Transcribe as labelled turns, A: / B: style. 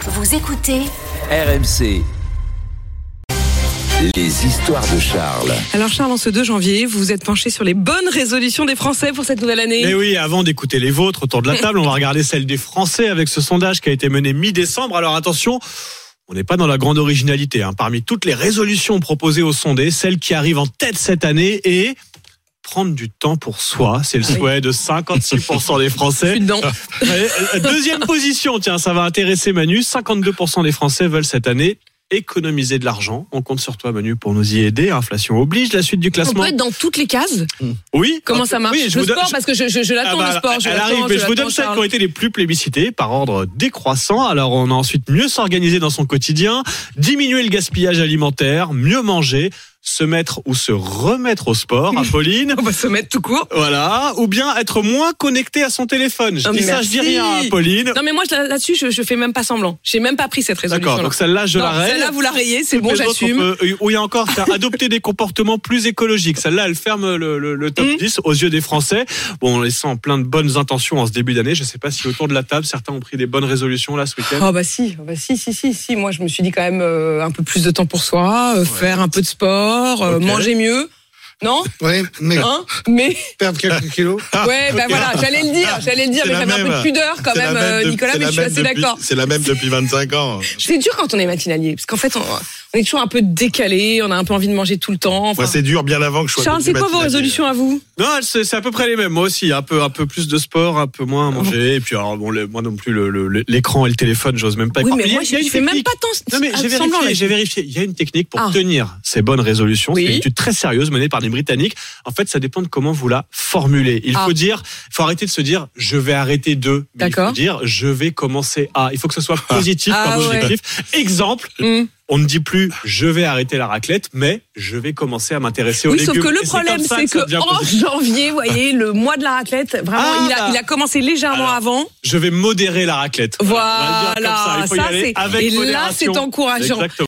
A: Vous écoutez
B: RMC. Les histoires de Charles.
C: Alors Charles, en ce 2 janvier, vous vous êtes penché sur les bonnes résolutions des Français pour cette nouvelle année.
D: Mais oui, avant d'écouter les vôtres autour de la table, on va regarder celle des Français avec ce sondage qui a été mené mi-décembre. Alors attention, on n'est pas dans la grande originalité. hein. Parmi toutes les résolutions proposées aux sondés, celle qui arrive en tête cette année est prendre du temps pour soi. C'est le souhait de 56% des Français.
C: Plus dedans.
D: Ouais, euh, Deuxième position, tiens, ça va intéresser Manu. 52% des Français veulent cette année économiser de l'argent. On compte sur toi, Manu, pour nous y aider. Inflation oblige. La suite du
C: On
D: classement.
C: peut être dans toutes les cases.
D: Oui.
C: Comment ça marche
D: Oui, je
C: Le
D: vous donne-
C: sport, parce que je, je- je l'attends
D: Ah bah,
C: le sport. Je
D: elle
C: l'attends,
D: arrive, mais je vous
C: l'attends,
D: donne celles qui
C: Charles.
D: ont été les plus plébiscitées par ordre décroissant. Alors, on a ensuite mieux s'organiser dans son quotidien, diminuer le gaspillage alimentaire, mieux manger, se mettre ou se remettre au sport, Apolline.
C: On va se mettre tout court.
D: Voilà, ou bien être moins connecté à son téléphone. Je
C: Non,
D: dis
C: mais
D: ça, je dis
C: Ah, merci.
D: rien, Apolline.
C: Non mais moi je- là-dessus je, je fais même pas semblant. J'ai même pas pris cette résolution.
D: D'accord, donc celle-là, je la raye.
C: là vous la rayez, c'est
D: Toutes
C: bon
D: les autres,
C: j'assume.
D: on peut- Ou il y a encore faire adopter des comportements plus écologiques. Celle-là, elle ferme le, le- le top
C: Mm.
D: 10 aux yeux des Français. Bon, on les sent plein de bonnes intentions en ce début d'année. Je ne sais pas si autour de la table, certains ont pris des bonnes résolutions là ce week-end.
C: Oh bah si, oh bah si, si, si, si. Moi je me suis dit quand même euh, un peu plus de temps pour soi, euh, faire un peu de sport, euh,
D: Ok.
C: manger mieux. Non
E: Oui, mais
C: Hein Mais
E: perdre quelques kilos.
C: ouais, bah voilà, j'allais le dire, j'allais le dire,
F: C'est
C: mais
F: la
C: j'avais un peu
F: même.
C: de pudeur quand
F: C'est la
C: même,
F: même
C: euh,
F: de-
C: Nicolas,
F: c'est
C: mais
F: la
C: je suis
F: même
C: assez
F: depuis-
C: d'accord.
F: C'est la même depuis 25 ans.
C: C'est dur quand on est matinalier, parce qu'en fait, on, on est toujours un peu décalé, on a un peu envie de manger tout le temps. enfin.
F: Moi, c'est dur bien avant que je sois.
C: Charles, c'est quoi vos
F: matinalier.
C: résolutions à vous
D: Non, c'est c'est à peu près les mêmes. Moi aussi, un peu, un peu plus de sport, un peu moins à manger. Et puis, alors, bon, le- moi non plus, le- le- l'écran et le téléphone, j'ose même pas. y
C: Oui,
D: croire.
C: mais
D: il y a-
C: moi,
D: il y a
C: je
D: une
C: fais même
D: technique.
C: pas tant
D: Non mais j'ai
C: semblant, là.
D: vérifié, j'ai vérifié. Il y a une technique pour
C: Ah.
D: tenir ces bonnes résolutions.
C: Oui.
D: C'est une étude très sérieuse menée par des Britanniques. En fait, ça dépend de comment vous la formulez. Il
C: Ah.
D: faut dire, faut arrêter de se dire je vais arrêter de. mais Il faut
C: D'accord.
D: dire je vais commencer à. Il faut que ce soit positif
C: Ah,
D: comme
C: ouais.
D: objectif. Exemple,
C: Hum.
D: on ne dit plus je vais arrêter la raclette, mais je vais commencer à m'intéresser aux
C: Oui,
D: légumes.
C: sauf que
D: Et
C: le
D: c'est
C: problème,
D: comme ça
C: c'est
D: ça
C: que,
D: devient
C: en
D: positif.
C: janvier, vous voyez, le mois de la raclette, vraiment,
D: Ah,
C: il, a,
D: bah.
C: il a commencé légèrement
D: Alors,
C: avant.
D: je vais modérer la raclette. On va le dire comme
C: Voilà,
D: ça. Il faut y aller
C: c'est.
D: avec
C: Et là, c'est
D: modération.
C: encourageant.
D: Exactement.